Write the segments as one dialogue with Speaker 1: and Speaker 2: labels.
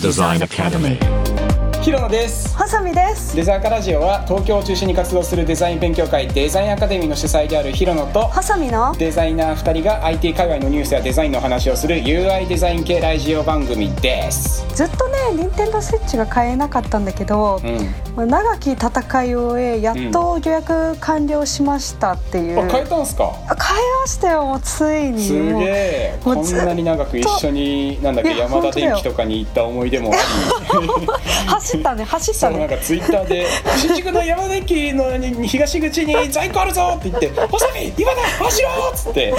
Speaker 1: Design Academy.
Speaker 2: ひろのです
Speaker 3: はさみです
Speaker 2: デザーカラジオは東京を中心に活動するデザイン勉強会デザインアカデミーの主催であるひろのと
Speaker 3: はさみの
Speaker 2: デザイナー2人が IT 界隈のニュースやデザインの話をする UI デザイン系ラジオ番組です
Speaker 3: ずっとね任天堂スイッチが買えなかったんだけ
Speaker 2: う、
Speaker 3: ど
Speaker 2: ん
Speaker 3: まあ長き戦いを終えやっと予約完了しましたっていう、
Speaker 2: あ変えたんすか
Speaker 3: あ買えましたよもうついに
Speaker 2: すげ
Speaker 3: もう
Speaker 2: え
Speaker 3: もう
Speaker 2: こんなに長く一緒になんだっけ
Speaker 3: いや
Speaker 2: 山田
Speaker 3: 本当だよ
Speaker 2: 電機とかに行った思い出 もあり
Speaker 3: 走ったね走った
Speaker 2: そうなん
Speaker 3: ね
Speaker 2: かツイッターで「新宿の山田電機のに東口に在庫あるぞ!」って言って「細見今だ走ろう!」っつって
Speaker 3: で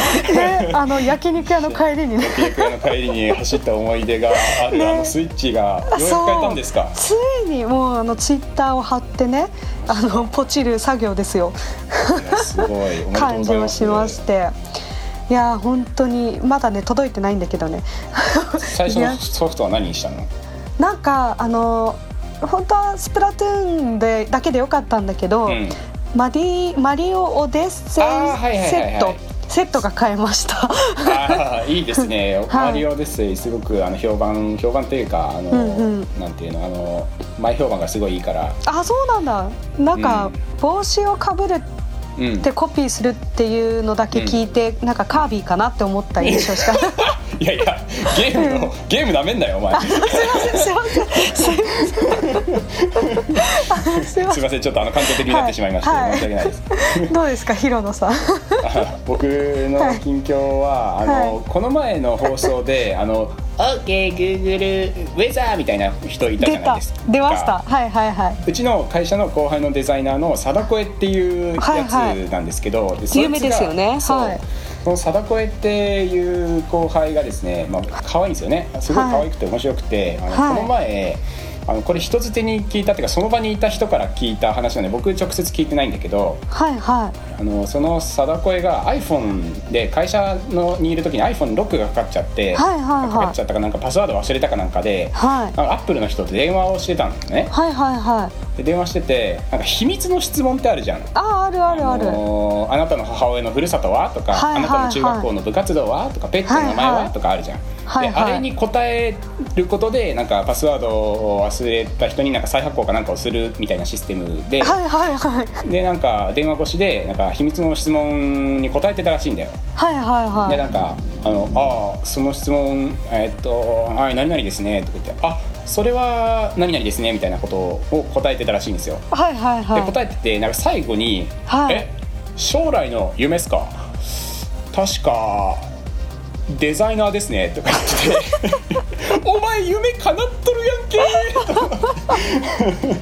Speaker 3: あの焼肉屋の帰りにね
Speaker 2: ピークの帰りに走った思い出がある、
Speaker 3: ね
Speaker 2: あのスイッチがようやく変えたんですか
Speaker 3: ついにもうあのツイッターを貼ってねあのポチる作業ですよ
Speaker 2: いやすごいおめでとうござい
Speaker 3: 感
Speaker 2: ます
Speaker 3: 情しましていやー本当にまだね届いてないんだけどね
Speaker 2: 最初
Speaker 3: い
Speaker 2: の
Speaker 3: や
Speaker 2: ソフトは何にしたの
Speaker 3: なんかあの本当はスプラトゥーンでだけでよかったんだけど、
Speaker 2: うん
Speaker 3: マリマリオ・オデッセ
Speaker 2: あーはいはい
Speaker 3: イ
Speaker 2: はい
Speaker 3: セッ
Speaker 2: は
Speaker 3: ト
Speaker 2: い
Speaker 3: セットが買えました
Speaker 2: あーいいですね、
Speaker 3: はい
Speaker 2: マリオですすごくあの評判評判というかあの、
Speaker 3: うんうん
Speaker 2: なんていうのあの前評判がすごいいいから、
Speaker 3: あそうなんだなんか、帽子をかぶる
Speaker 2: うん
Speaker 3: っ、てコピーするっていうのだけ聞いて、なんかカービィかなって思った印象しか
Speaker 2: いやいやゲームのゲームなめんなよお前
Speaker 3: すいませんすいませんすいませんあすいますせ
Speaker 2: いませんちょっとあの感情的になってしまいまして、
Speaker 3: はいはい
Speaker 2: 申し訳ないです
Speaker 3: んどうですかヒロノさん
Speaker 2: あ 僕の近況は、あの、
Speaker 3: は
Speaker 2: この前の放送 であの「OK Google ウェザー」みたいな人いたじ
Speaker 3: 出
Speaker 2: ゃない
Speaker 3: た
Speaker 2: ですか
Speaker 3: 出ましたはいはいはいう
Speaker 2: ちの会社の後輩のデザイナーの貞子っていうやつ
Speaker 3: はい
Speaker 2: なんですけど、でそいつが
Speaker 3: 有名ですよね
Speaker 2: そう、
Speaker 3: はい
Speaker 2: その貞子っていう後輩がですね、まあ可愛いんですよねすごい可愛くて面白くて、あの
Speaker 3: はい
Speaker 2: この前あのこれ人づてに聞いたっていうかその場にいた人から聞いた話なんで僕直接聞いてないんだけど
Speaker 3: はいはい
Speaker 2: あのその貞子が iPhone で会社のにいる時に iPhone ロックがかかっちゃって、
Speaker 3: はいはいはい
Speaker 2: かかっちゃったかなんかパスワード忘れたかなんかで、
Speaker 3: はい
Speaker 2: なんかアップルの人と電話をしてたんですね。
Speaker 3: はいはいはい
Speaker 2: で電話しててなんか秘密の質問ってあるじゃん。
Speaker 3: ああるあるある、
Speaker 2: のーあなたの母親のふるさとはとか、
Speaker 3: はいはいはい
Speaker 2: あなたの中学校の部活動はとかペットの名前は、
Speaker 3: はいはい
Speaker 2: とかあるじゃん、
Speaker 3: はいはい
Speaker 2: であれに答えることでなんかパスワードを忘れた人になんか再発行かなんかをするみたいなシステムで、
Speaker 3: はいはいはい
Speaker 2: でなんか電話越しでなんか秘密の質問に答えてたらしいんだよ、
Speaker 3: はいはい
Speaker 2: で
Speaker 3: はい
Speaker 2: なんか「あのあーその質問えっとはい何々ですね」とか言って「あそれは何々ですね」みたいなことを答えてたらしいんですよ
Speaker 3: はいはいは
Speaker 2: で
Speaker 3: い
Speaker 2: 答えててなんか最後に「
Speaker 3: はい
Speaker 2: え将来の夢っすか確かデザイナーですね」とか言ってて「 お前夢叶っとるやん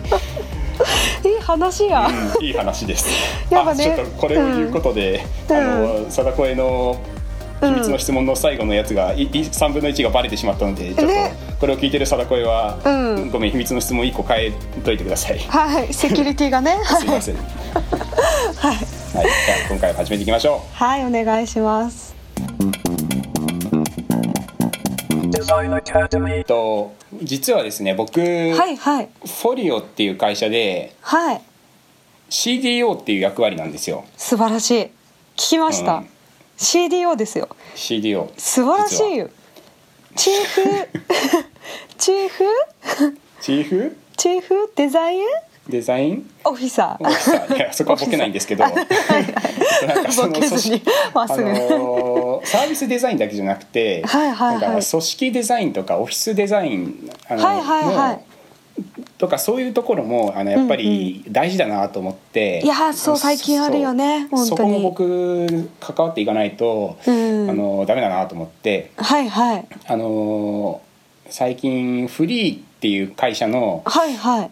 Speaker 2: け
Speaker 3: いい話や、
Speaker 2: うんいい話です。
Speaker 3: やっぱね
Speaker 2: あちょっとこれを言うことで、
Speaker 3: うん
Speaker 2: あの貞子への秘密の質問の最後のやつが、いい三分の一がバレてしまったので、ちょっと
Speaker 3: ね
Speaker 2: これを聞いてる貞子へは、
Speaker 3: うん
Speaker 2: ごめん秘密の質問一個変えといてください。
Speaker 3: はいセキュリティがね
Speaker 2: すいませ ん。はい。はい、じゃあ今回は始めていきましょ
Speaker 3: はいお願いします
Speaker 2: う。えっと実はですね、僕、
Speaker 3: はいはい
Speaker 2: フォリオっていう会社で
Speaker 3: はい
Speaker 2: CDO っていう役割なんですよ。
Speaker 3: 素晴らしい聞きました、
Speaker 2: うん
Speaker 3: CDO ですよ
Speaker 2: CDO。
Speaker 3: 素晴らしいよチー フチーフ
Speaker 2: チーフ
Speaker 3: チーフデザイン
Speaker 2: デザイン
Speaker 3: オフィサー
Speaker 2: いやそこはボケないんですけど なんかその
Speaker 3: ボケずにまっすぐ
Speaker 2: あのーサービスデザインだけじゃなくて
Speaker 3: はいはいはい
Speaker 2: なんか組織デザインとかオフィスデザインあの
Speaker 3: はいはいはい
Speaker 2: のとかそういうところもあのやっぱり大事だなと思って、
Speaker 3: いやーそう
Speaker 2: あの
Speaker 3: 最近あるよね
Speaker 2: そう
Speaker 3: 本当に
Speaker 2: そこも僕関わっていかないと、
Speaker 3: うん
Speaker 2: あのダメだなと思って
Speaker 3: はいはい
Speaker 2: あのー最近フリーっていう会社の
Speaker 3: はいはい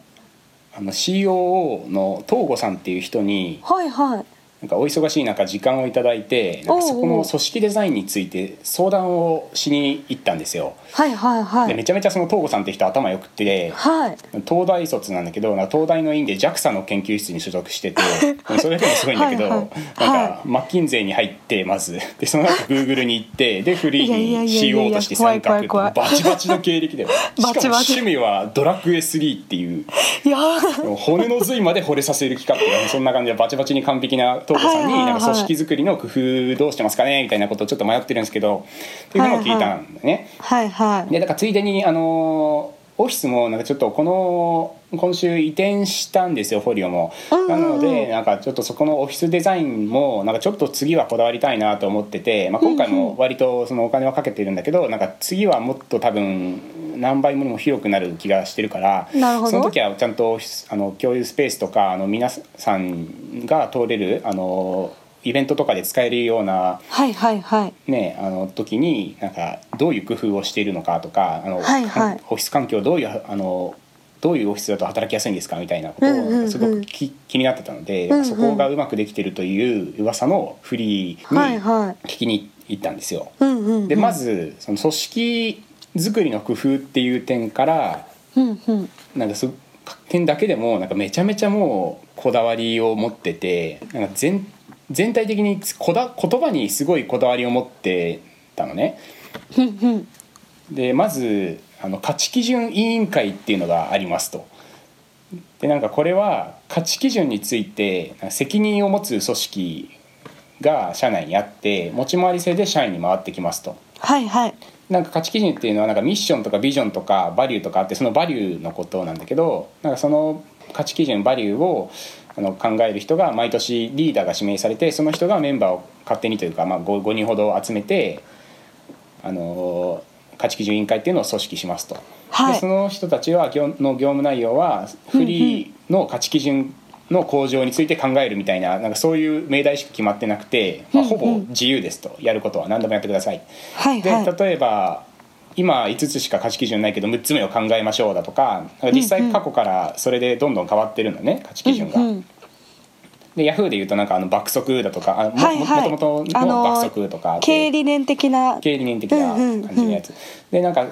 Speaker 2: あの COO の東郷さんっていう人に
Speaker 3: はいはい
Speaker 2: なんかお忙しい中時間をいただいてなんかそこ
Speaker 3: おうお
Speaker 2: の
Speaker 3: う
Speaker 2: 組織デザインについて相談をしに行ったんですよ。
Speaker 3: はいはいは
Speaker 2: で
Speaker 3: い
Speaker 2: めちゃめちゃその東郷さんって人頭良くて
Speaker 3: はい
Speaker 2: 東大卒なんだけどなんか東大の院で JAXA の研究室に所属して てそれだけもすごいんだけど
Speaker 3: はいはい
Speaker 2: なん
Speaker 3: は
Speaker 2: かマッキンゼーに入ってまずでその後グーグルに行ってでフリー
Speaker 3: いや
Speaker 2: に
Speaker 3: いやいやいや
Speaker 2: CO として参加っていう
Speaker 3: 怖
Speaker 2: バ
Speaker 3: い怖い怖い
Speaker 2: チバチの経歴 でしかも
Speaker 3: バチバチ
Speaker 2: 趣味はドラクエ3っていう。
Speaker 3: いやー
Speaker 2: もう骨の髄まで惚れさせる企画っていうかそんな感じでバチバチに完璧な東郷さんに
Speaker 3: はいはいはい
Speaker 2: なんか組織作りの工夫どうしてますかねみたいなことをちょっと迷ってるんですけどっていうのを聞いたんだね。
Speaker 3: はいはい
Speaker 2: でだからついでにあのーオフィスもなんかちょっとこの今週移転したんですよフォリオも。
Speaker 3: うんうん
Speaker 2: な
Speaker 3: うん
Speaker 2: のでなんかちょっとそこのオフィスデザインもなんかちょっと次はこだわりたいなと思ってて、まあ、今回も割とそのお金はかけてるんだけどなんか次はもっと多分何倍もにも広くなる気がしてるから
Speaker 3: なるほど
Speaker 2: その時はちゃんとオフィスあの共有スペースとかあの皆さんが通れるあのイベントとかで使えるような
Speaker 3: はいはいはい
Speaker 2: ね、あの時になんかどういう工夫をしているのかとかあの、
Speaker 3: はいはい
Speaker 2: オフィス環境どういうあのどういうオフィスだと働きやすいんですかみたいなこと
Speaker 3: うんうんう
Speaker 2: を
Speaker 3: ん
Speaker 2: すごくき、気になってたので、
Speaker 3: うんうん
Speaker 2: そこがうまくできてるという噂のフリ
Speaker 3: は
Speaker 2: ー
Speaker 3: い
Speaker 2: に
Speaker 3: は
Speaker 2: 聞きに行ったんですよ。
Speaker 3: いうんうんうん
Speaker 2: でまずその組織作りの工夫っていう点から
Speaker 3: うんうん
Speaker 2: なんかそ点だけでもなんかめちゃめちゃもうこだわりを持っててなんか全全体的にこだ言葉にすごいこだわりを持ってたのね。
Speaker 3: ふんふん
Speaker 2: でまずあの価値基準委員会っていうのがありますと。でなんかこれは価値基準についてなんか責任を持つ組織が社内にあって持ち回り制で社員に回ってきますと。
Speaker 3: はいはい
Speaker 2: なんか価値基準っていうのはなんかミッションとかビジョンとかバリューとかあってそのバリューのことなんだけどなんかその価値基準バリューをあの考える人が毎年リーダーが指名されてその人がメンバーを勝手にというか、まあ、5, 5人ほど集めて、あのー価値基準委員会っていうのを組織しますと。
Speaker 3: は
Speaker 2: で
Speaker 3: い
Speaker 2: その人たちは業の業務内容はフリーの価値基準の向上について考えるみたいななんかそういう命題しか決まってなくて、まあ、
Speaker 3: うん
Speaker 2: ほぼ
Speaker 3: うん
Speaker 2: 自由ですとやることは何でもやってください。
Speaker 3: はい
Speaker 2: で
Speaker 3: はい
Speaker 2: 例えば今5つしか価値基準ないけど6つ目を考えましょうだとかなんか実際過去からそれでどんどん変わってるんだね価値基準が。
Speaker 3: うんうん
Speaker 2: でヤフーでいうとなんかあの爆速だとかあも,、
Speaker 3: はいはい
Speaker 2: もともと
Speaker 3: あ
Speaker 2: の
Speaker 3: の
Speaker 2: 爆速とか
Speaker 3: 経理念的な
Speaker 2: 経理念的な感じのやつ、でなんか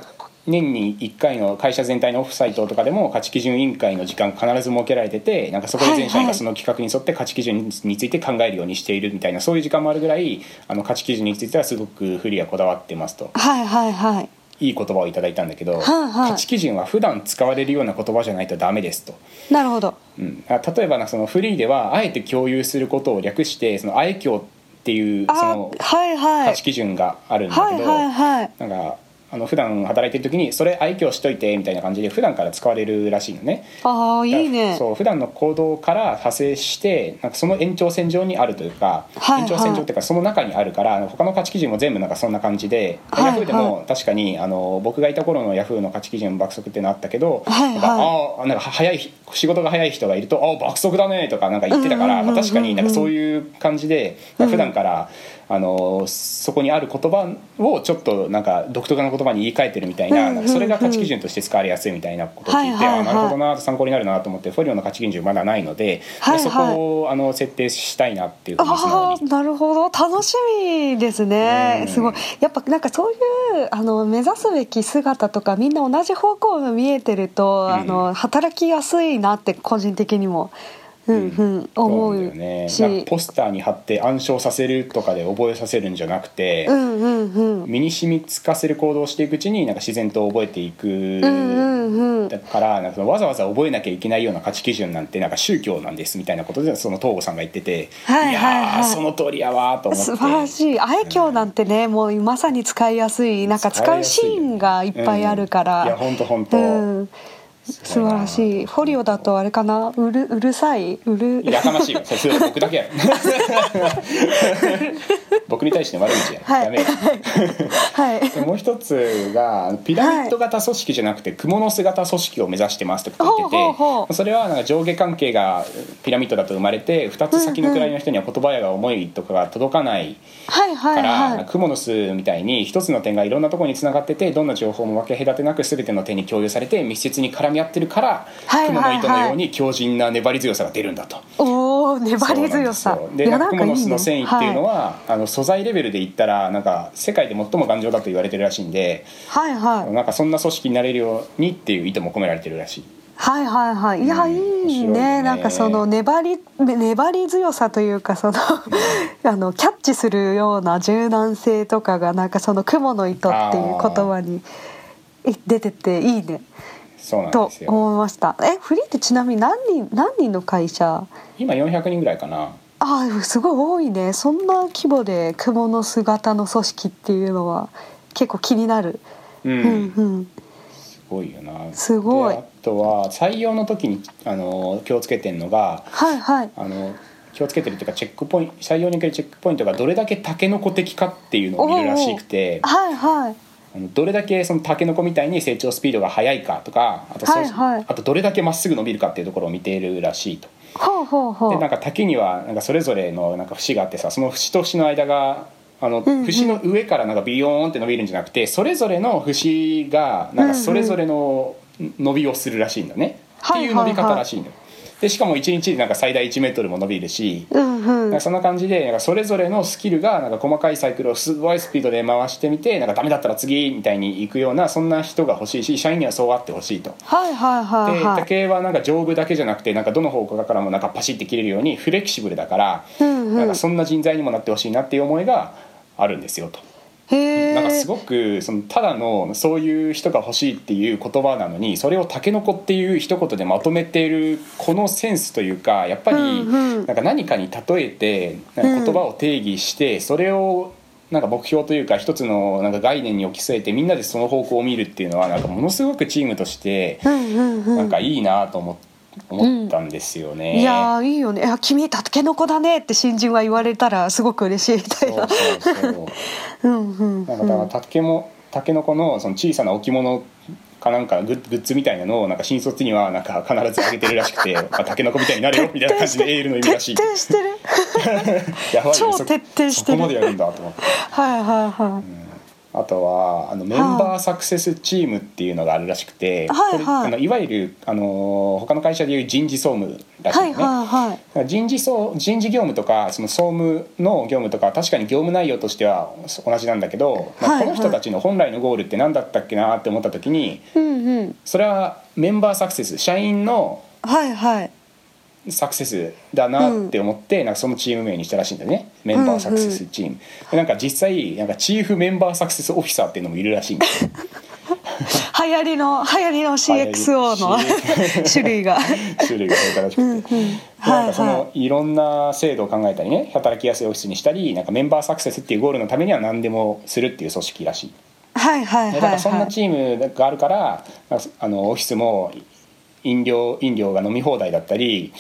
Speaker 2: 年に1回の会社全体のオフサイトとかでも価値基準委員会の時間必ず設けられててなんかそこで全社員がその企画に沿って価値基準について考えるようにしているみたいなそういう時間もあるぐらいあの価値基準についてはすごくフリーはこだわってますと。
Speaker 3: はいはいはい
Speaker 2: いい言葉をいただいたんだけど、
Speaker 3: はいはい
Speaker 2: 価値基準は普段使われるような言葉じゃないとダメですと、
Speaker 3: なるほど
Speaker 2: うん、あ例えばなそのフリーではあえて共有することを略してその愛嬌っていうそ
Speaker 3: あ
Speaker 2: の
Speaker 3: はいは
Speaker 2: 価
Speaker 3: い
Speaker 2: 値基準があるんだけ
Speaker 3: は
Speaker 2: ど、
Speaker 3: いはいはい
Speaker 2: なんかあの普段働いてる時にそれ愛嬌しといてみたいな感じで普段から使われるらしいのね。
Speaker 3: ああいいね
Speaker 2: そう普段の行動から派生してなんかその延長線上にあるというか、
Speaker 3: はいはい
Speaker 2: 延長線上っていうかその中にあるからあの他の価値基準も全部なんかそんな感じで、
Speaker 3: はいはい
Speaker 2: ヤフーでも確かにあの僕がいた頃のヤフーの価値基準爆速っていうのあったけど、
Speaker 3: はいは
Speaker 2: な
Speaker 3: い
Speaker 2: んかあーなんか早い日仕事が早い人がいると「あー爆速だね」とかなんか言ってたから、
Speaker 3: うんうんうんうんうん
Speaker 2: 確かになんかそういう感じで、
Speaker 3: うん
Speaker 2: 普段からあのそこにある言葉をちょっとなんか独特な言葉に言い換えてるみたいな,、
Speaker 3: うんうんうん
Speaker 2: なんかそれが価値基準として使われやすいみたいなことを聞いて、
Speaker 3: はいはいはい
Speaker 2: あーなるほどな参考になるなと思ってフォリオの価値基準まだないので、
Speaker 3: はいはい
Speaker 2: そこをあの設定したいなっていうふうに素直
Speaker 3: ああ
Speaker 2: に
Speaker 3: なるほど楽しみですね、
Speaker 2: うん
Speaker 3: すごいやっぱなんかそういうあの目指すべき姿とかみんな同じ方向が見えてると、
Speaker 2: ん
Speaker 3: あの働きやすいなって個人的にも、うんうん思
Speaker 2: そう
Speaker 3: う
Speaker 2: なんだよね
Speaker 3: し
Speaker 2: なんかポスターに貼って暗唱させるとかで覚えさせるんじゃなくて、
Speaker 3: うんうんうん
Speaker 2: 身に染みつかせる行動をしていくうちになんか自然と覚えていく、
Speaker 3: うんうんうん
Speaker 2: だからなんかそのわざわざ覚えなきゃいけないような価値基準なんてなんか宗教なんですみたいなことでその東郷さんが言ってて、
Speaker 3: はいはいはい
Speaker 2: やーその通りやわーと思って
Speaker 3: 素晴らしい愛嬌なんてね、もうまさに使いやすいなんか使うシーンがいっぱいあるか
Speaker 2: うんいや
Speaker 3: ら、
Speaker 2: 本当本当、
Speaker 3: うん素晴らしいフォリオだとあれかなうるうるさいうる
Speaker 2: やかましいよ。それ僕だ けやろ。僕に対しての悪口や。
Speaker 3: はい
Speaker 2: ダメよ。
Speaker 3: はい
Speaker 2: もう一つがピラミッド型組織じゃなくて、蜘蛛の姿組織を目指してますってこと言ってて
Speaker 3: ほうほうほう
Speaker 2: それはなんか上下関係がピラミッドだと生まれて2つ先の位の人には言葉や思いとかが届かない
Speaker 3: はいは
Speaker 2: から、
Speaker 3: いはい
Speaker 2: 蜘蛛の巣みたいに一つの点がいろんなところにつながっててどんな情報も分け隔てなく全ての点に共有されて密接に絡み合ってるから、
Speaker 3: はいはい
Speaker 2: 蜘
Speaker 3: はい
Speaker 2: 蛛の糸のように強靭な粘り強さが出るんだと。
Speaker 3: おお粘り強さ
Speaker 2: そうなんですよで
Speaker 3: な
Speaker 2: ク
Speaker 3: ん
Speaker 2: モ
Speaker 3: かい
Speaker 2: の
Speaker 3: いね
Speaker 2: 巣の繊維っていうの
Speaker 3: は
Speaker 2: は、あの素材レベルで言ったらなんか世界で最も頑丈だと言われてるらしいんで、
Speaker 3: はいはい
Speaker 2: なんかそんな組織になれるようにっていう意図も込められてるらしい。
Speaker 3: はいはいはいいや
Speaker 2: うん
Speaker 3: い
Speaker 2: 面白
Speaker 3: い
Speaker 2: いね
Speaker 3: ねなんかその粘りね粘り強さというかその あのキャッチするような柔軟性とかがなんかその雲の糸っていう言葉にい出てていいね
Speaker 2: そうなん
Speaker 3: と
Speaker 2: ですよ。
Speaker 3: 思いましたえフリーってちなみに何人何人の会社
Speaker 2: 今400人ぐらいかな。
Speaker 3: ああすごい多いねそんな規模で雲の姿の組織っていうのは結構気になる
Speaker 2: うん。
Speaker 3: うんうん
Speaker 2: ごいよな
Speaker 3: すごい
Speaker 2: であとは採用の時にあの気をつけてるのが
Speaker 3: はいはい
Speaker 2: あの気をつけてるっていうかチェックポイント採用におけるチェックポイントがどれだけタケノコ的かっていうのを見るらしくて
Speaker 3: はいはい
Speaker 2: あのどれだけそのタケノコみたいに成長スピードが速いかとかあと,、
Speaker 3: はいはい
Speaker 2: あとどれだけまっすぐ伸びるかっていうところを見ているらしいと。
Speaker 3: ほうほうほ
Speaker 2: でなん
Speaker 3: う
Speaker 2: か滝にはなんかそれぞれのなんか節があってさその節と節の間があの
Speaker 3: うんうん
Speaker 2: 節の上からなんかビヨーンって伸びるんじゃなくてそれぞれの節がなんかそれぞれの伸びをするらしいんだね、
Speaker 3: うんうん
Speaker 2: っていう伸び方らしいんだよ。でしかも1日でなんか最大1メートルも伸びるし。
Speaker 3: うんう
Speaker 2: なん
Speaker 3: ん
Speaker 2: かそんな感じでなんかそれぞれのスキルがなんか細かいサイクルをすごいスピードで回してみてなんかダメだったら次みたいに行くようなそんな人が欲しいし社員にはそうあってほしいと。
Speaker 3: はいはいは
Speaker 2: で
Speaker 3: いはい
Speaker 2: 竹はなんか丈夫だけじゃなくてなんかどの方向からもなんかパシッて切れるようにフレキシブルだから、
Speaker 3: うん
Speaker 2: なん
Speaker 3: う
Speaker 2: か
Speaker 3: ん
Speaker 2: そんな人材にもなってほしいなっていう思いがあるんですよと。
Speaker 3: へ
Speaker 2: なんかす
Speaker 3: え
Speaker 2: ごくそのただのそういう人が欲しいっていう言葉なのにそれを「タケノコ」っていう一言でまとめているこのセンスというかやっぱり
Speaker 3: うんう
Speaker 2: なんんか何かに例えてなんか言葉を定義してそれをなんか目標というか一つのなんか概念に置き据えてみんなでその方向を見るっていうのはなんかものすごくチームとして
Speaker 3: うんうんうん
Speaker 2: なんかいいなと思っ思ったんですよね。
Speaker 3: いやーいいよね「いや君たけのこだね」って新人は言われたらすごく嬉しいみたい
Speaker 2: そ
Speaker 3: な
Speaker 2: うそうそう
Speaker 3: うんうん
Speaker 2: なんかだから
Speaker 3: う
Speaker 2: タケもタケノコのその小さな置物かなんかグッグッズみたいなのをなんか新卒にはなんか必ずあげてるらしく てまあタケノコみたいになるよみたいな感じでエールの意
Speaker 3: ん
Speaker 2: 味ら
Speaker 3: 徹
Speaker 2: しい
Speaker 3: 底してる
Speaker 2: やばいね
Speaker 3: 超
Speaker 2: そ
Speaker 3: 徹底してる
Speaker 2: そこまでやるんだと思って
Speaker 3: はいはいはい
Speaker 2: あとはあのメンバーサクセスチームっていうのがあるらしくて、
Speaker 3: はい
Speaker 2: これ
Speaker 3: はい
Speaker 2: あのいわゆるあの他の会社でいう人事総務らしい
Speaker 3: は
Speaker 2: のね、
Speaker 3: いはいはい
Speaker 2: 人事総人事業務とかその総務の業務とか確かに業務内容としてはそ同じなんだけど、まあ
Speaker 3: はいはい
Speaker 2: この人たちの本来のゴールって何だったっけなって思った時に
Speaker 3: うんうん
Speaker 2: それはメンバーサクセス社員の
Speaker 3: はいはい
Speaker 2: サクセスだなって思って、なんかそのチーム名にしたらしいんだよねメンバーサクセスチーム、でなんか実際なんかチーフメンバーサクセスオフィサーっていうのもいるらしいんだよ
Speaker 3: 流行りの流行りの CXO の種類が
Speaker 2: 種類が増えたらし
Speaker 3: うんう
Speaker 2: く
Speaker 3: ん
Speaker 2: て。
Speaker 3: は
Speaker 2: なん
Speaker 3: い
Speaker 2: かその
Speaker 3: はい
Speaker 2: ろんな制度を考えたりね働きやすいオフィスにしたりなんかメンバーサクセスっていうゴールのためには何でもするっていう組織らしい
Speaker 3: いはいはい
Speaker 2: ねだ
Speaker 3: は
Speaker 2: か
Speaker 3: い
Speaker 2: らそんな
Speaker 3: はい
Speaker 2: チームがあるからなんかあのオフィスも飲料飲料が飲み放題だったり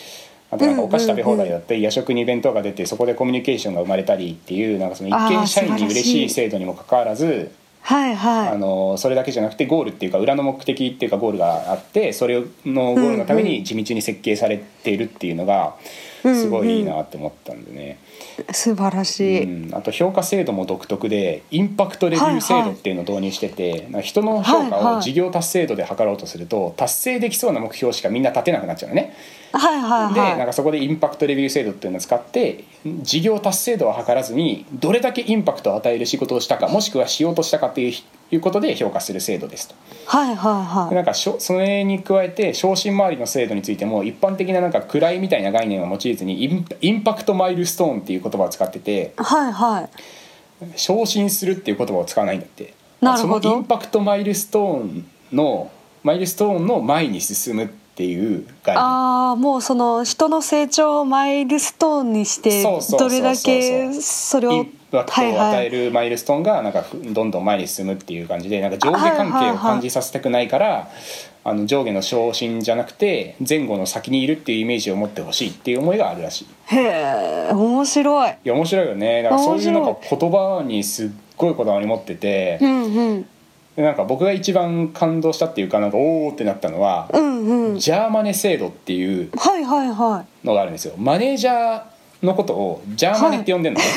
Speaker 2: あとなんかお菓子食べ放題だったり夜食に弁当が出てそこでコミュニケーションが生まれたりっていうなんかその一
Speaker 3: あー
Speaker 2: 見社員に嬉
Speaker 3: 素晴
Speaker 2: し
Speaker 3: らしい
Speaker 2: い制度にもかかわらず
Speaker 3: はい
Speaker 2: あ
Speaker 3: は
Speaker 2: のそれだけじゃなくてゴールっていうか裏の目的っていうかゴールがあってそれのゴールのため
Speaker 3: うんう
Speaker 2: に地道に設計されているっていうのが
Speaker 3: うん
Speaker 2: すごいいいなって思ったんでね、
Speaker 3: い素晴ら
Speaker 2: う
Speaker 3: しい
Speaker 2: ん、あと評価制度も独特でインパクトレビュー制度っていうのを導入してて、なんか人の評
Speaker 3: はい
Speaker 2: 価
Speaker 3: は
Speaker 2: を
Speaker 3: い
Speaker 2: 事業達成度で測ろうとすると達成できそうな目標しかみんな立てなくなっちゃうのね。
Speaker 3: はいはい
Speaker 2: でなん
Speaker 3: は
Speaker 2: かそこでインパクトレビュー制度っていうのを使って事業達成度は測らずにどれだけインパクトを与える仕事をしたかもしくはしようとしたかっていういうことで評価する制度ですと。
Speaker 3: いはいはいは
Speaker 2: で
Speaker 3: い
Speaker 2: なんかしょそれに加えて昇進周りの制度についても一般的ななんか位みたいな概念は用いずにインインパクトマイルストーンっていう言葉を使ってて
Speaker 3: はいはい
Speaker 2: 昇進するっていう言葉を使わないんだって
Speaker 3: なるほど
Speaker 2: そのインパクトマイルストーンのマイルストーンの前に進むっていう概念
Speaker 3: ああもうその人の成長をマイルストーンにして
Speaker 2: そうそうそ
Speaker 3: ど
Speaker 2: うそう
Speaker 3: れだけそれ
Speaker 2: イ
Speaker 3: を
Speaker 2: ンパクトを与え
Speaker 3: る
Speaker 2: るマイルストーンがなんかふどんどん前に進むっていう感じでなんか上下関
Speaker 3: はい
Speaker 2: 係
Speaker 3: は
Speaker 2: を
Speaker 3: いはい
Speaker 2: 感じさせたくないからあの上下の昇進じゃなくて前後の先にいるっていうイメージを持ってほしいっていう思いがあるらしい。
Speaker 3: へえ面白い
Speaker 2: いや面白いよねだからそういうなんか
Speaker 3: 面
Speaker 2: 言葉にすっごいこだわり持ってて
Speaker 3: う、んうん
Speaker 2: でなんか僕が一番感動したっていうかなんかおおってなったのは、
Speaker 3: うんうん
Speaker 2: ジャーマネ制度っていう
Speaker 3: はいはいはい
Speaker 2: のがあるんですよマネージャーのことをジャーマネって呼んでるのね、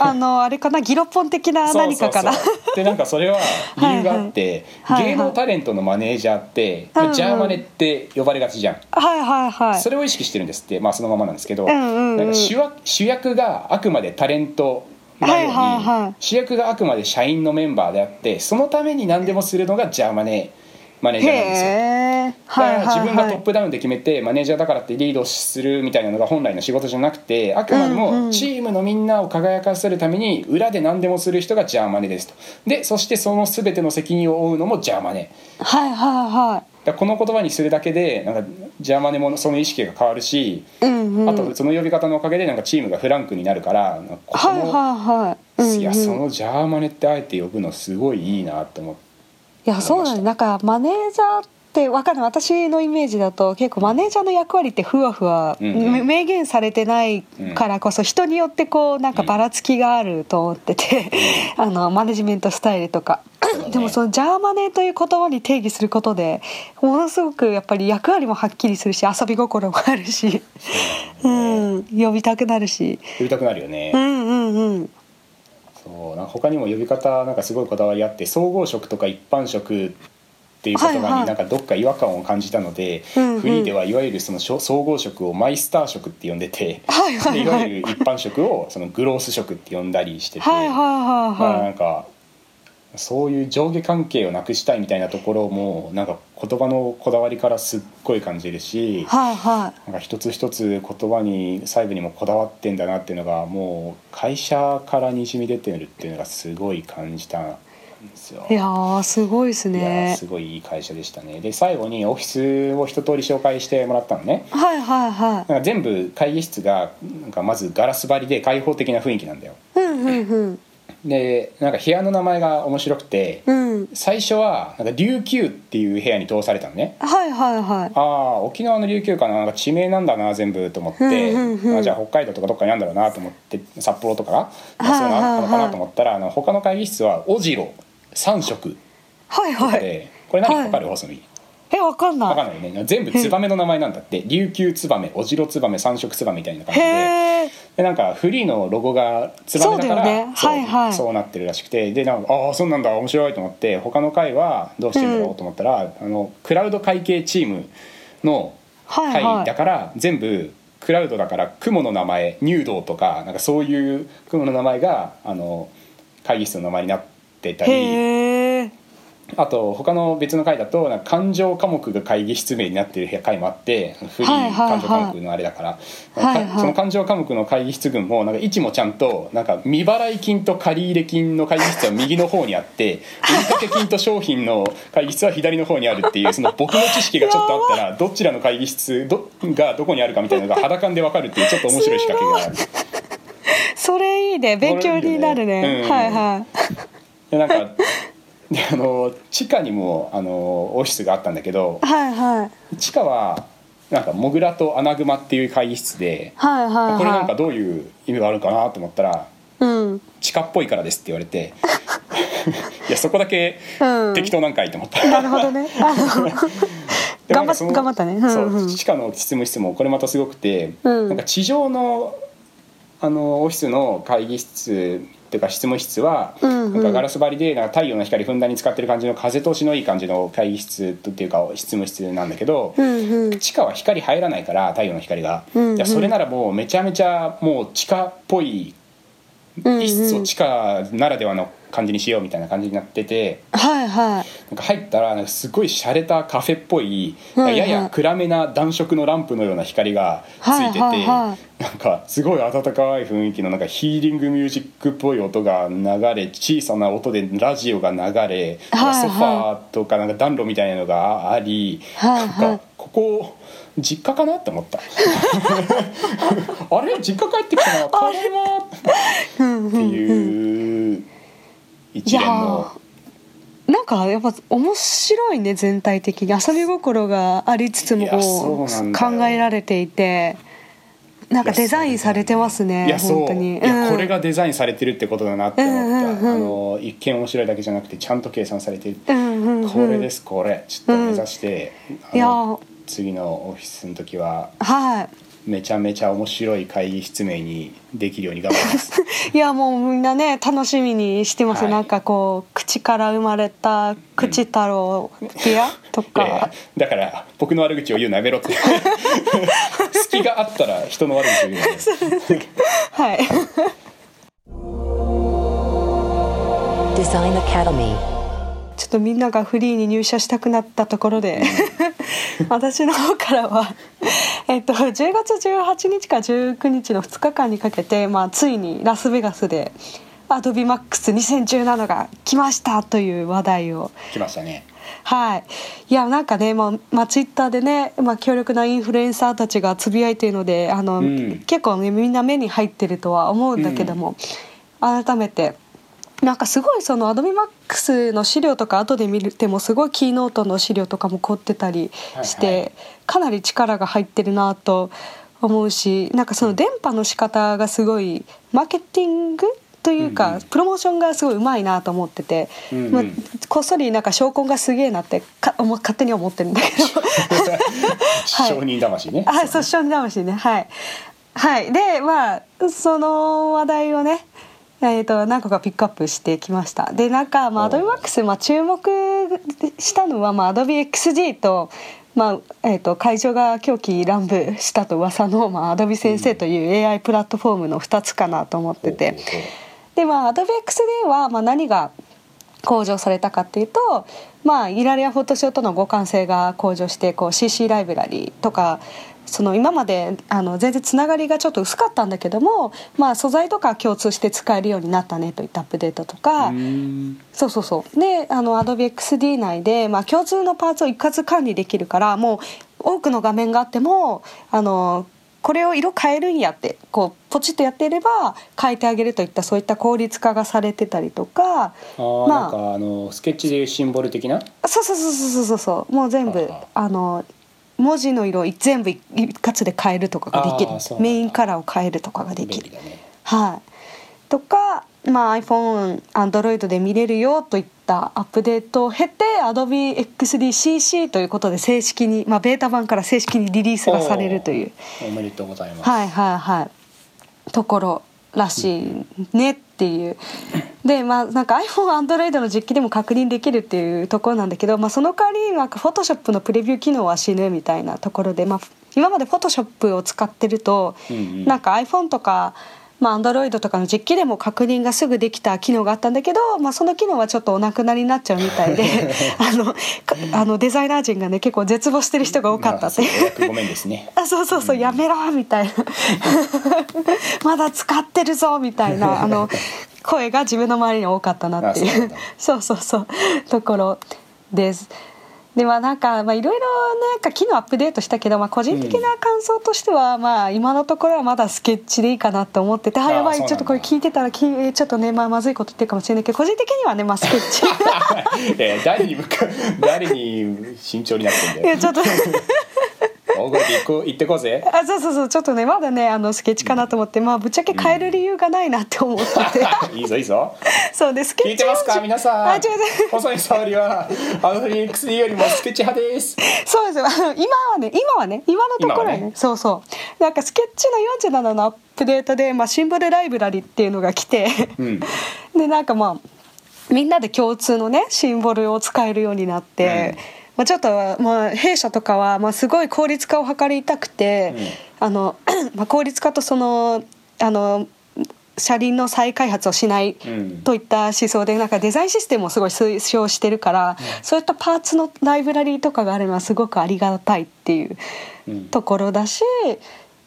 Speaker 3: あのあれかなギロポン的な
Speaker 2: そう
Speaker 3: 何
Speaker 2: そ
Speaker 3: か
Speaker 2: うそ
Speaker 3: か
Speaker 2: う
Speaker 3: な
Speaker 2: でなんかそれは理由があって
Speaker 3: はいはいはいはい
Speaker 2: 芸能タレントのマネージャーって、
Speaker 3: うんうん
Speaker 2: ジャーマネって呼ばれがちじゃん、
Speaker 3: はいはいはい
Speaker 2: それを意識してるんですってまあそのままなんですけど、
Speaker 3: うんうんうん
Speaker 2: なんか主役主役があくまでタレントなように、
Speaker 3: はいはいはい
Speaker 2: 主役があくまで社員のメンバーであってそのために何でもするのがジャーマネマネージャーなんですよ。
Speaker 3: へえ
Speaker 2: だか
Speaker 3: はい
Speaker 2: ら
Speaker 3: はい
Speaker 2: 自分が
Speaker 3: は
Speaker 2: トッ
Speaker 3: い
Speaker 2: プダウンで決めてマネージャーだからってリードするみたいなのが本来の仕事じゃなくてあくまで
Speaker 3: うんう
Speaker 2: も
Speaker 3: ん
Speaker 2: チームのみんなを輝かせるために裏で何でもする人がジャーマネですとでそしてその全ての責任を負うのもジャーマネ
Speaker 3: はいはいは
Speaker 2: だからこの言葉にするだけでなんかジャーマネもその意識が変わるし
Speaker 3: いうんうん
Speaker 2: あとその呼び方のおかげでなんかチームがフランクになるからなんかここ
Speaker 3: はい
Speaker 2: も
Speaker 3: はいはいうんうん
Speaker 2: いやそのジャーマネってあえて呼ぶのすごいいいなと思っ
Speaker 3: いやそうなんですなんかマネージャーってわかんない私のイメージだと結構マネージャーの役割ってふわふわ、
Speaker 2: うんうん
Speaker 3: め明言されてないからこそ人によってこうなんかばらつきがあると思ってて、 あのマネジメントスタイルとか。
Speaker 2: だね
Speaker 3: でもそのジャーマネーという言葉に定義することでものすごくやっぱり役割もはっきりするし遊び心もあるし、うん、呼びたくなるし、
Speaker 2: 呼びたくなるよね、
Speaker 3: うんうんうん、
Speaker 2: そうなんか他にも呼び方なんかすごいこだわりあって総合職とか一般職っていう言
Speaker 3: はい
Speaker 2: 葉
Speaker 3: は
Speaker 2: に
Speaker 3: い
Speaker 2: なんかどっか違和感を感じたので、
Speaker 3: うんうん
Speaker 2: フリーではいわゆるそのしょ総合職をマイスター職って呼んでて、
Speaker 3: はいはい
Speaker 2: でい
Speaker 3: は
Speaker 2: わ
Speaker 3: い
Speaker 2: ゆる一般職をそのグロース職って呼んだりしてて、
Speaker 3: はいは
Speaker 2: ま
Speaker 3: い
Speaker 2: あ
Speaker 3: は
Speaker 2: な
Speaker 3: いは
Speaker 2: んかそういう上下関係をなくしたいみたいなところもなんか言葉のこだわりからすっごい感じるし
Speaker 3: い。はいはい
Speaker 2: なんか一つ一つ言葉に細部にもこだわってんだなっていうのがもう会社からにじみ出てるっていうのがすごい感じたんですよ。
Speaker 3: いやーすごいです
Speaker 2: いや
Speaker 3: ね
Speaker 2: ーすごいいい会社でしたね。で最後にオフィスを一通り紹介してもらったのね。
Speaker 3: はいはいは
Speaker 2: なんか全部会議室がなんかまずガラス張りで開放的な雰囲気なんだよ。
Speaker 3: いうんうんうん
Speaker 2: でなんか部屋の名前が面白くて
Speaker 3: うん
Speaker 2: 最初はなんか琉球っていう部屋に通されたのね。
Speaker 3: はいはいは
Speaker 2: あ
Speaker 3: い
Speaker 2: あ沖縄の琉球かななんか地名なんだな全部と思って、
Speaker 3: うんうんうん
Speaker 2: あじゃあ北海道とかどっかにあるんだろうなと思って札幌とかが、まあ、そういうの
Speaker 3: はいはいはい
Speaker 2: あったのかなと思ったら、あの他の会議室は「おじろ3色
Speaker 3: はい」は
Speaker 2: で、
Speaker 3: い
Speaker 2: これ何か分かる、細身
Speaker 3: えわかん
Speaker 2: 分か
Speaker 3: なん
Speaker 2: ないよね全部ツバメの名前なんだって琉球ツバメおじろツバメ三色ツバメみたいな感
Speaker 3: い
Speaker 2: じで。
Speaker 3: へえ
Speaker 2: でなんかフリーのロゴがつばめだから
Speaker 3: そうだよね
Speaker 2: そう
Speaker 3: はいはい
Speaker 2: そうなってるらしくてでなんかああそうなんだ面白いと思って他の回はどうしてんだろ
Speaker 3: うん
Speaker 2: うと思ったら、あのクラウド会計チームの
Speaker 3: はいはい
Speaker 2: だから全部クラウドだから雲の名前入道とかなんかそういう雲の名前があの会議室の名前になってたり
Speaker 3: へえ
Speaker 2: あと他の別の回だとなんか感情科目が会議室名になってる回もあってフリ
Speaker 3: は
Speaker 2: ー
Speaker 3: いはいは
Speaker 2: 感
Speaker 3: い
Speaker 2: 情科目のあれだから、
Speaker 3: はいはい
Speaker 2: かその感情科目の会議室群もなんか位置もちゃんとなんか未払い金と借入金の会議室は右の方にあって 売掛金と商品の会議室は左の方にあるっていうその僕の知識がちょっとあった らどちらの会議室どがどこにあるかみたいなのが肌感でわかるっていうちょっと面白い仕掛けがある。
Speaker 3: それいいね勉強になる
Speaker 2: これいい
Speaker 3: ね
Speaker 2: よね
Speaker 3: はいは
Speaker 2: でなんかであの地下にもあのオフィスがあったんだけど
Speaker 3: いはいはい
Speaker 2: 地下はなんかモグラとアナグマっていう会議室で、
Speaker 3: はいはい
Speaker 2: これなんか
Speaker 3: は
Speaker 2: どういう意味があるかなと思ったら
Speaker 3: いうん
Speaker 2: 地下っぽいからですって言われ ていやそこだけ
Speaker 3: うん
Speaker 2: 適当なんかいと思った、
Speaker 3: なるほどね あの
Speaker 2: でな
Speaker 3: 頑
Speaker 2: ん
Speaker 3: 張
Speaker 2: か
Speaker 3: っ
Speaker 2: その
Speaker 3: 頑張ったねうんうん
Speaker 2: そう地下の執務室もこれまたすごくて、
Speaker 3: うん
Speaker 2: なんか地上のあのオフィスの会議室っていうか執務室は、
Speaker 3: うんうん
Speaker 2: なんかガラス張りでなんか太陽の光ふんだんに使ってる感じの風通しのいい感じの会議室っていうか執務室なんだけど、
Speaker 3: うんうん
Speaker 2: 地下は光入らないから太陽の光が、
Speaker 3: うんうん
Speaker 2: いやそれならもうめちゃめちゃもう地下っぽい
Speaker 3: うんうん
Speaker 2: 一層地下ならではの感じにしようみたいな感じになってて
Speaker 3: はいはい
Speaker 2: なんか入ったらなんかすごい洒落たカフェっぽい、
Speaker 3: はいはい
Speaker 2: やや暗めな暖色のランプのような光がついてて、
Speaker 3: はいはいは
Speaker 2: なんかすごい温かい雰囲気のなんかヒーリングミュージックっぽい音が流れ小さな音でラジオが流れ、
Speaker 3: はい
Speaker 2: ソファーとかなんか暖炉みたいなのがあり、
Speaker 3: はいはい
Speaker 2: なんかここ実家かなって思った。 あれ実家帰ってきたな。ただいま
Speaker 3: うん
Speaker 2: って
Speaker 3: うんうん
Speaker 2: いう一連の
Speaker 3: なんかやっぱ面白いね全体的に遊び心がありつつも
Speaker 2: いやそうなんだよ
Speaker 3: 考えられていてなんかデザインされてますね
Speaker 2: いやそう
Speaker 3: 本当に
Speaker 2: いや
Speaker 3: うん
Speaker 2: これがデザインされてるってことだなって思った、
Speaker 3: うんうんうん
Speaker 2: あの一見面白いだけじゃなくてちゃんと計算されてる、
Speaker 3: うんうんうん
Speaker 2: これですこれちょっと目指して、
Speaker 3: うん
Speaker 2: あの
Speaker 3: い
Speaker 2: 次のオフィスの時は
Speaker 3: は
Speaker 2: めちゃめちゃ面白い会議室名にできるように頑張ります
Speaker 3: いいやもうみんなね楽しみにしてます、
Speaker 2: はい
Speaker 3: なんかこう口から生まれた「口太郎ビア」と
Speaker 2: いやいや
Speaker 3: か、
Speaker 2: だから僕の悪口を言うのやめろ って隙があったら人の悪口を言うのやめろ
Speaker 3: はい
Speaker 1: Design Academy.
Speaker 3: ちょっとみんながフリーに入社したくなったところで、 私の方からは、えっと、10月18日から19日の2日間にかけて、まあ、ついにラスベガスで AdobeMax2017 が来ましたという話題を
Speaker 2: 来ましたね
Speaker 3: はい、いやなんかね、まあまあ、ツイッターでね、まあ、強力なインフルエンサーたちがつぶやいているのであの、
Speaker 2: うん
Speaker 3: 結構ねみんな目に入ってるとは思うんだけども、改めてなんかすごいそのアドミマックスの資料とか後で見てもすごいキーノートの資料とかも凝ってたりして、
Speaker 2: はいはい
Speaker 3: かなり力が入ってるなと思うしなんかその電波の仕方がすごいマーケティングというか、
Speaker 2: うんうん
Speaker 3: プロモーションがすごいうまいなと思ってて、
Speaker 2: うんうん
Speaker 3: まあ、こっそりなんか証拠がすげえなってか思勝手には思ってるんだけど。はい
Speaker 2: 承認魂ね。
Speaker 3: あ、そう、少年魂ね、はい。はい、で、まあ、その話題をね。えー、と何個かピックアップしてきましたでなんか、まあ、
Speaker 2: おう
Speaker 3: AdobeMax、まあ、注目したのは、まあ、AdobeXG と,、まあえー、と会場が狂気乱舞したと噂の、まあ、Adobe 先生という AI プラットフォームの2つかなと思っ
Speaker 2: ほ
Speaker 3: て
Speaker 2: うほうほう
Speaker 3: て、でまあ AdobeXD はまあ何が向上されたかっていうと、まあ、イラリアフォトショーとの互換性が向上してこう CC ライブラリとかその今まであの全然つながりがちょっと薄かったんだけども、まあ、素材とか共通して使えるようになったねといったアップデートとか、
Speaker 2: うーん
Speaker 3: そうそうそうであの AdobeXD 内で、まあ、共通のパーツを一括管理できるからもう多くの画面があってもあのこれを色変えるんやってこうポチッとやっていれば変えてあげるといったそういった効率化がされてたりとか
Speaker 2: あー、
Speaker 3: まあ
Speaker 2: なんかあのスケッチでいうシンボル的な。
Speaker 3: そうそうそうそうそうそうもう全部
Speaker 2: あ
Speaker 3: あの文字の色を全部一括で変えるとかがで
Speaker 2: あ
Speaker 3: き
Speaker 2: ーそう
Speaker 3: る
Speaker 2: なんだ
Speaker 3: メインカラーを変えるとかがで
Speaker 2: 便
Speaker 3: きる
Speaker 2: 利。だね。
Speaker 3: はい、とか、まあ、iPhone、Android で見れるよといったアップデートを経て AdobeXDCC ということで正式に、まあ、ベータ版から正式にリリースがされるという、
Speaker 2: おー。おめでとうございます。
Speaker 3: はいはいはい、ところらしいねっていう。でまあ、なんか iPhone、Android の実機でも確認できるっていうところなんだけど、まあ、その代わりなんか Photoshop のプレビュー機能は死ぬみたいなところで、まあ、今まで Photoshop を使ってると、
Speaker 2: うんうん
Speaker 3: なんか iPhone とか、まあ、Android とかの実機でも確認がすぐできた機能があったんだけど、まあ、その機能はちょっとお亡くなりになっちゃうみたいで あのかあのデザイナー陣がね結構絶望してる人が多かったっていう。
Speaker 2: まあごめんですね。
Speaker 3: あそうそうそう、やめろみたいな まだ使ってるぞみたい なあの声が自分の周りに多かったなって
Speaker 2: あそう
Speaker 3: い
Speaker 2: なん
Speaker 3: う
Speaker 2: だ
Speaker 3: そうそうそうところです。でまあなんかまあいろいろなんか機能アップデートしたけど、まあ、個人的な感想としては、まあ今のところはまだスケッチでいいかなと思っててあ
Speaker 2: あー
Speaker 3: やば
Speaker 2: そう
Speaker 3: い
Speaker 2: なんだ
Speaker 3: ちょっとこれ聞いてたらきちょっとね、まあ、まずいこと言ってるかもしれないけど個人的にはね、まあ、スケッ チ。
Speaker 2: えー、誰に向か誰に慎重になってん
Speaker 3: い
Speaker 2: だ
Speaker 3: や
Speaker 2: よ。
Speaker 3: ちょっと
Speaker 2: 大声で行こう行ってこうぜ。
Speaker 3: あそうそうそうちょっとねまだねあのスケッチかなと思って、まあぶっちゃけ変える理由がないなって思ってて、
Speaker 2: いいぞいいぞ。
Speaker 3: そうでスケッチ
Speaker 2: 聞いてますか皆さん。
Speaker 3: あ違う違う
Speaker 2: 細い沙織はアドフリックスよりもスケッチ派です。
Speaker 3: そうですよあの今はね今はね今のところはね
Speaker 2: 今はね
Speaker 3: そうそうなんかスケッチの47のアップデートで、まあ、シンボルライブラリっていうのが来て、
Speaker 2: うん。
Speaker 3: でなんかまあみんなで共通のねシンボルを使えるようになっ
Speaker 2: う
Speaker 3: て、
Speaker 2: ん
Speaker 3: まあ、ちょっと、まあ、弊社とかは、まあ、すごい効率化を図りたくて、あの まあ、効率化とそのあの車輪の再開発をしない
Speaker 2: うん
Speaker 3: といった思想でなんかデザインシステムをすごい推奨してるから、そういったパーツのライブラリーとかがあるのはすごくありがたいっていう
Speaker 2: うん
Speaker 3: ところだし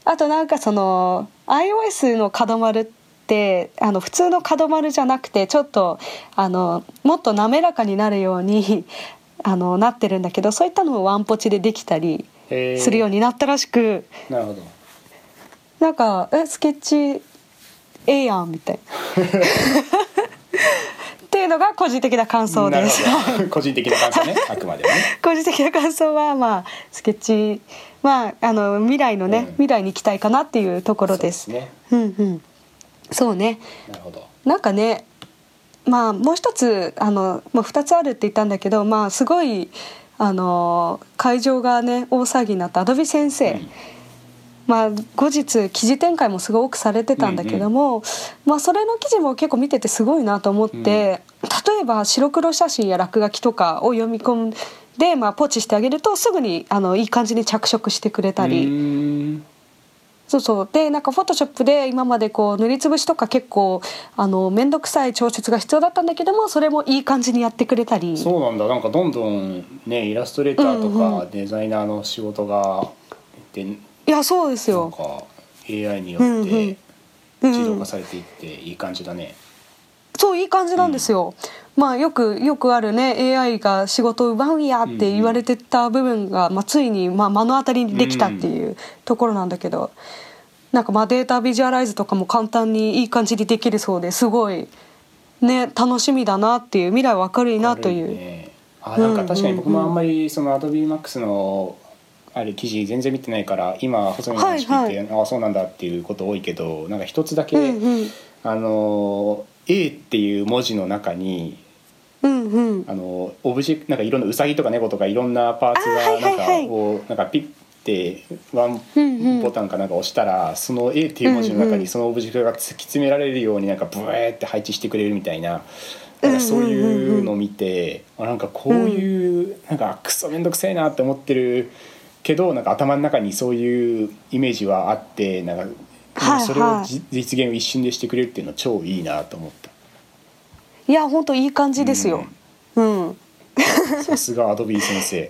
Speaker 3: あとなんかその iOS の角丸ってあの普通の角丸じゃなくてちょっとあのもっと滑らかになるようにあのなってるんだけどそういったのもワンポチでできたり
Speaker 2: へー
Speaker 3: するようになったらしく
Speaker 2: なるほど。
Speaker 3: なんかえスケッチええやんみたいな。 っていうのが個人的な感想
Speaker 2: な
Speaker 3: で
Speaker 2: る
Speaker 3: す。
Speaker 2: ほど。個人的な感 想ね。あくまでもね。
Speaker 3: 個人的な感想はまあスケッチまああの未来のね、
Speaker 2: うん
Speaker 3: 未来に期待かなっていうところで
Speaker 2: そ
Speaker 3: す。
Speaker 2: うね。
Speaker 3: うんうん。そうね。
Speaker 2: なるほど。
Speaker 3: なんかね、まあもう一つあのもう二つあるって言ったんだけど、まあすごいあの会場がね大騒ぎになったアドビ先生。
Speaker 2: うん
Speaker 3: まあ、後日記事展開もすごく多くされてたんだけども、まあ、それの記事も結構見ててすごいなと思って、
Speaker 2: うん
Speaker 3: 例えば白黒写真や落書きとかを読み込んで、まあ、ポチしてあげるとすぐにあのいい感じに着色してくれたり、
Speaker 2: うーん
Speaker 3: そうそうでなんかフォトショップで今までこう塗りつぶしとか結構あの面倒くさい調節が必要だったんだけどもそれもいい感じにやってくれたり。
Speaker 2: そうなんだなんかどんどんねイラストレーターと
Speaker 3: うんう
Speaker 2: かデザイナーの仕事がでない
Speaker 3: やそうです
Speaker 2: ん
Speaker 3: よ
Speaker 2: か AI によ
Speaker 3: うんう
Speaker 2: っ
Speaker 3: ん
Speaker 2: て
Speaker 3: うん
Speaker 2: 自動化されていっていい感じだね。
Speaker 3: そういい感じなんですよ。まあよくよくあるね AI が仕事を奪うんやって言われてた部分が、まあ、ついに、まあ、目の当たりにできたっていうところなんだけど、なんかまあデータビジュアライズとかも簡単にいい感じにできるそうですごいね楽しみだなっていう未来は明るいなという、
Speaker 2: ねあなんか確かに僕もあんまりそのアドビーマックスのあれ記事全然見てないから今細見の話聞いて、
Speaker 3: はい
Speaker 2: ああそうなんだっていうこと多いけどなんか一つだけ、
Speaker 3: うんうん
Speaker 2: あの A っていう文字の中に
Speaker 3: うんうん
Speaker 2: あのオブジェなんかいろんなウサギとか猫とかいろんなパーツ
Speaker 3: あー
Speaker 2: が
Speaker 3: はい
Speaker 2: なん
Speaker 3: はい
Speaker 2: か
Speaker 3: はい
Speaker 2: をなんかピッてワン
Speaker 3: うんうん
Speaker 2: ボタンかなんか押したらその A っていう文字の
Speaker 3: う
Speaker 2: 中
Speaker 3: んう
Speaker 2: に
Speaker 3: ん
Speaker 2: そのオブジェクトが突き詰められるようになんかブエーって配置してくれるみたいな。なんかそういうのを見て、あなんかこういうなんかクソめんどくせえなって思ってるけどなんか頭の中にそういうイメージはあってなんか、
Speaker 3: はいはい
Speaker 2: それをじ実現を一瞬でしてくれるっていうのは超いいなと思った。
Speaker 3: いや本当いい感じですよ、うん
Speaker 2: さすがアドビー先生。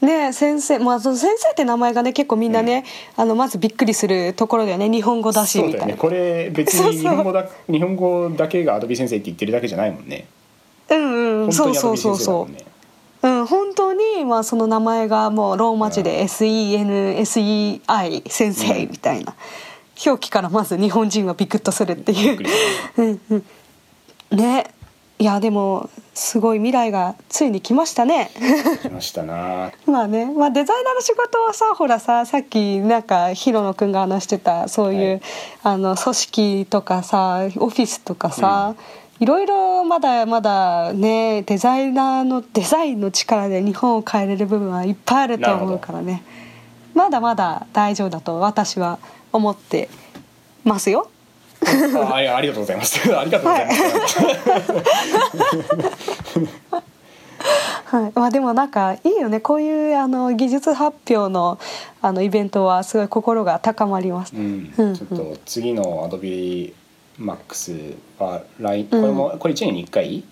Speaker 3: ねえ先生、まあ、その先生って名前がね結構みんなね、あのまずびっくりするところだよね日本語だし
Speaker 2: そう
Speaker 3: み
Speaker 2: だ
Speaker 3: た
Speaker 2: よ
Speaker 3: い
Speaker 2: ね
Speaker 3: な
Speaker 2: これ別
Speaker 3: そう
Speaker 2: に
Speaker 3: そう
Speaker 2: 日本語だ日本語だけがアドビー先生って言ってるだけじゃないもんね。
Speaker 3: うんうん
Speaker 2: 本当
Speaker 3: そう
Speaker 2: にアドビ
Speaker 3: そう
Speaker 2: ー
Speaker 3: そう
Speaker 2: 先生だもん
Speaker 3: そ
Speaker 2: ね。
Speaker 3: う、うん、本当に、まあ、その名前がもうローマ字で SENSEI 先生みたいな、表記からまず日本人はビクッとするっていう
Speaker 2: びっくりし
Speaker 3: うんうんねいやでもすごい未来がついに来ましたね
Speaker 2: 来ました な。
Speaker 3: まあね、まあ、デザイナーの仕事はさほらささっきなんか広野くんが話してたそういう、
Speaker 2: はい
Speaker 3: あの組織とかさオフィスとかさ、いろいろまだまだねデザイナーのデザインの力で日本を変えれる部分はいっぱいあると思うからねまだまだ大丈夫だと私は思ってますよ。
Speaker 2: あいやありがとうございます。 ありがとうございます。
Speaker 3: はい、まあでもなんかいいよねこういうあの技術発表のあのイベントはすごい心が高まります。
Speaker 2: うん、ち
Speaker 3: う
Speaker 2: ょ
Speaker 3: ん
Speaker 2: っと次の Adobe Max は来これもこれ一年に一回？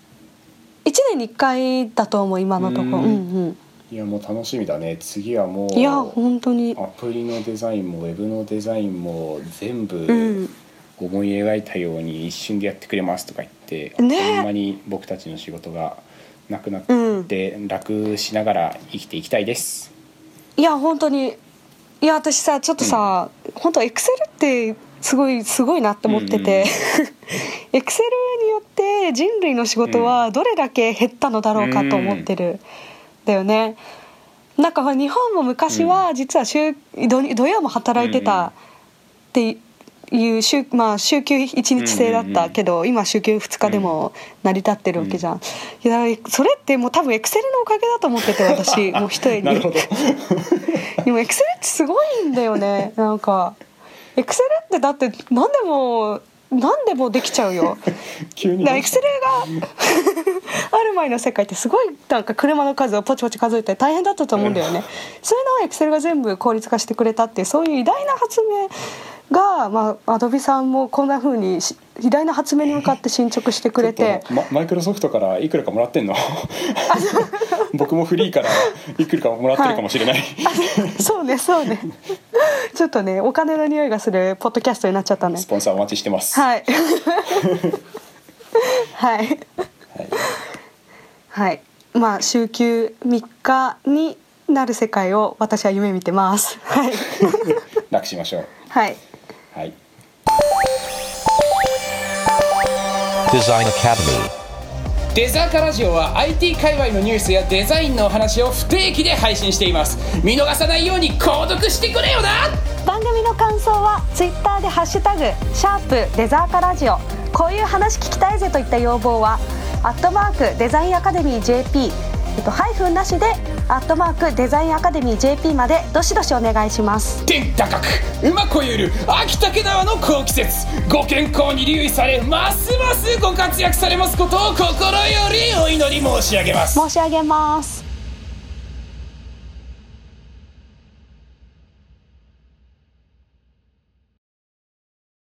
Speaker 3: 一年に一回だと思う今のとこ
Speaker 2: う
Speaker 3: うんんうん
Speaker 2: いやもう楽しみだね。次はもう
Speaker 3: いや本当に
Speaker 2: アプリのデザインもウェブのデザインも全部。
Speaker 3: うん
Speaker 2: 思い描いたように一瞬でやってくれますとか言って、
Speaker 3: ね
Speaker 2: ほんまに僕たちの仕事がなくなって楽しながら生きていきたいです。
Speaker 3: いや本当にいや私さちょっとさ、本当エクセルってすごいすごいなって思ってて エクセルによって人類の仕事はどれだけ減ったのだろうかと思ってる、だよねなんかほら日本も昔は実は週土土曜も働いて
Speaker 2: うんうん
Speaker 3: たっていう週,、まあ、週休1日制だったけど、今週休2日でも成り立ってるわけじゃん、いやだからそれってもう多分エクセルのおかげだと思ってて 私もう一重に
Speaker 2: なるほど。
Speaker 3: でもエクセルってすごいんだよねなんかエクセルってだって何でも何でもできちゃうよ
Speaker 2: 急に
Speaker 3: エクセルが ある前の世界ってすごいなんか車の数をポチポチ数えて大変だったと思うんだよねそういうのをエクセルが全部効率化してくれたっていうそういう偉大な発明が、まあ、アドビさんもこんな風にし偉大な発明に向かって進捗してくれて
Speaker 2: ちょっとママイクロソフトからいくらかもらってんの僕もフリーからいくらかもらってるかもしれない、
Speaker 3: そうねそうねちょっとねお金の匂いがするポッドキャストになっちゃったね
Speaker 2: スポンサーお待ちしてます、
Speaker 3: はい。はい。はい。まあ、週休3日になる世界を私は夢見てます。はい。
Speaker 2: 楽しましょう
Speaker 3: はい。
Speaker 2: はい
Speaker 1: Design Academy.
Speaker 2: デザーカラジオは IT 界隈のニュースやデザインのお話を不定期で配信しています見逃さないように購読してくれよな
Speaker 3: 番組の感想はツイッターでハッシュタグシャープデザーカラジオ。こういう話聞きたいぜといった要望は。アットマークデザインアカデミー J. P.。えっと、ハイフンなしで。アットマークデザインアカデミー J. P. まで、どしどしお願いします。
Speaker 2: 天高く馬こゆる秋竹縄の好季節ご健康に留意されますますご活躍されますことを心よりお祈り申し上げます
Speaker 3: 申し上げます。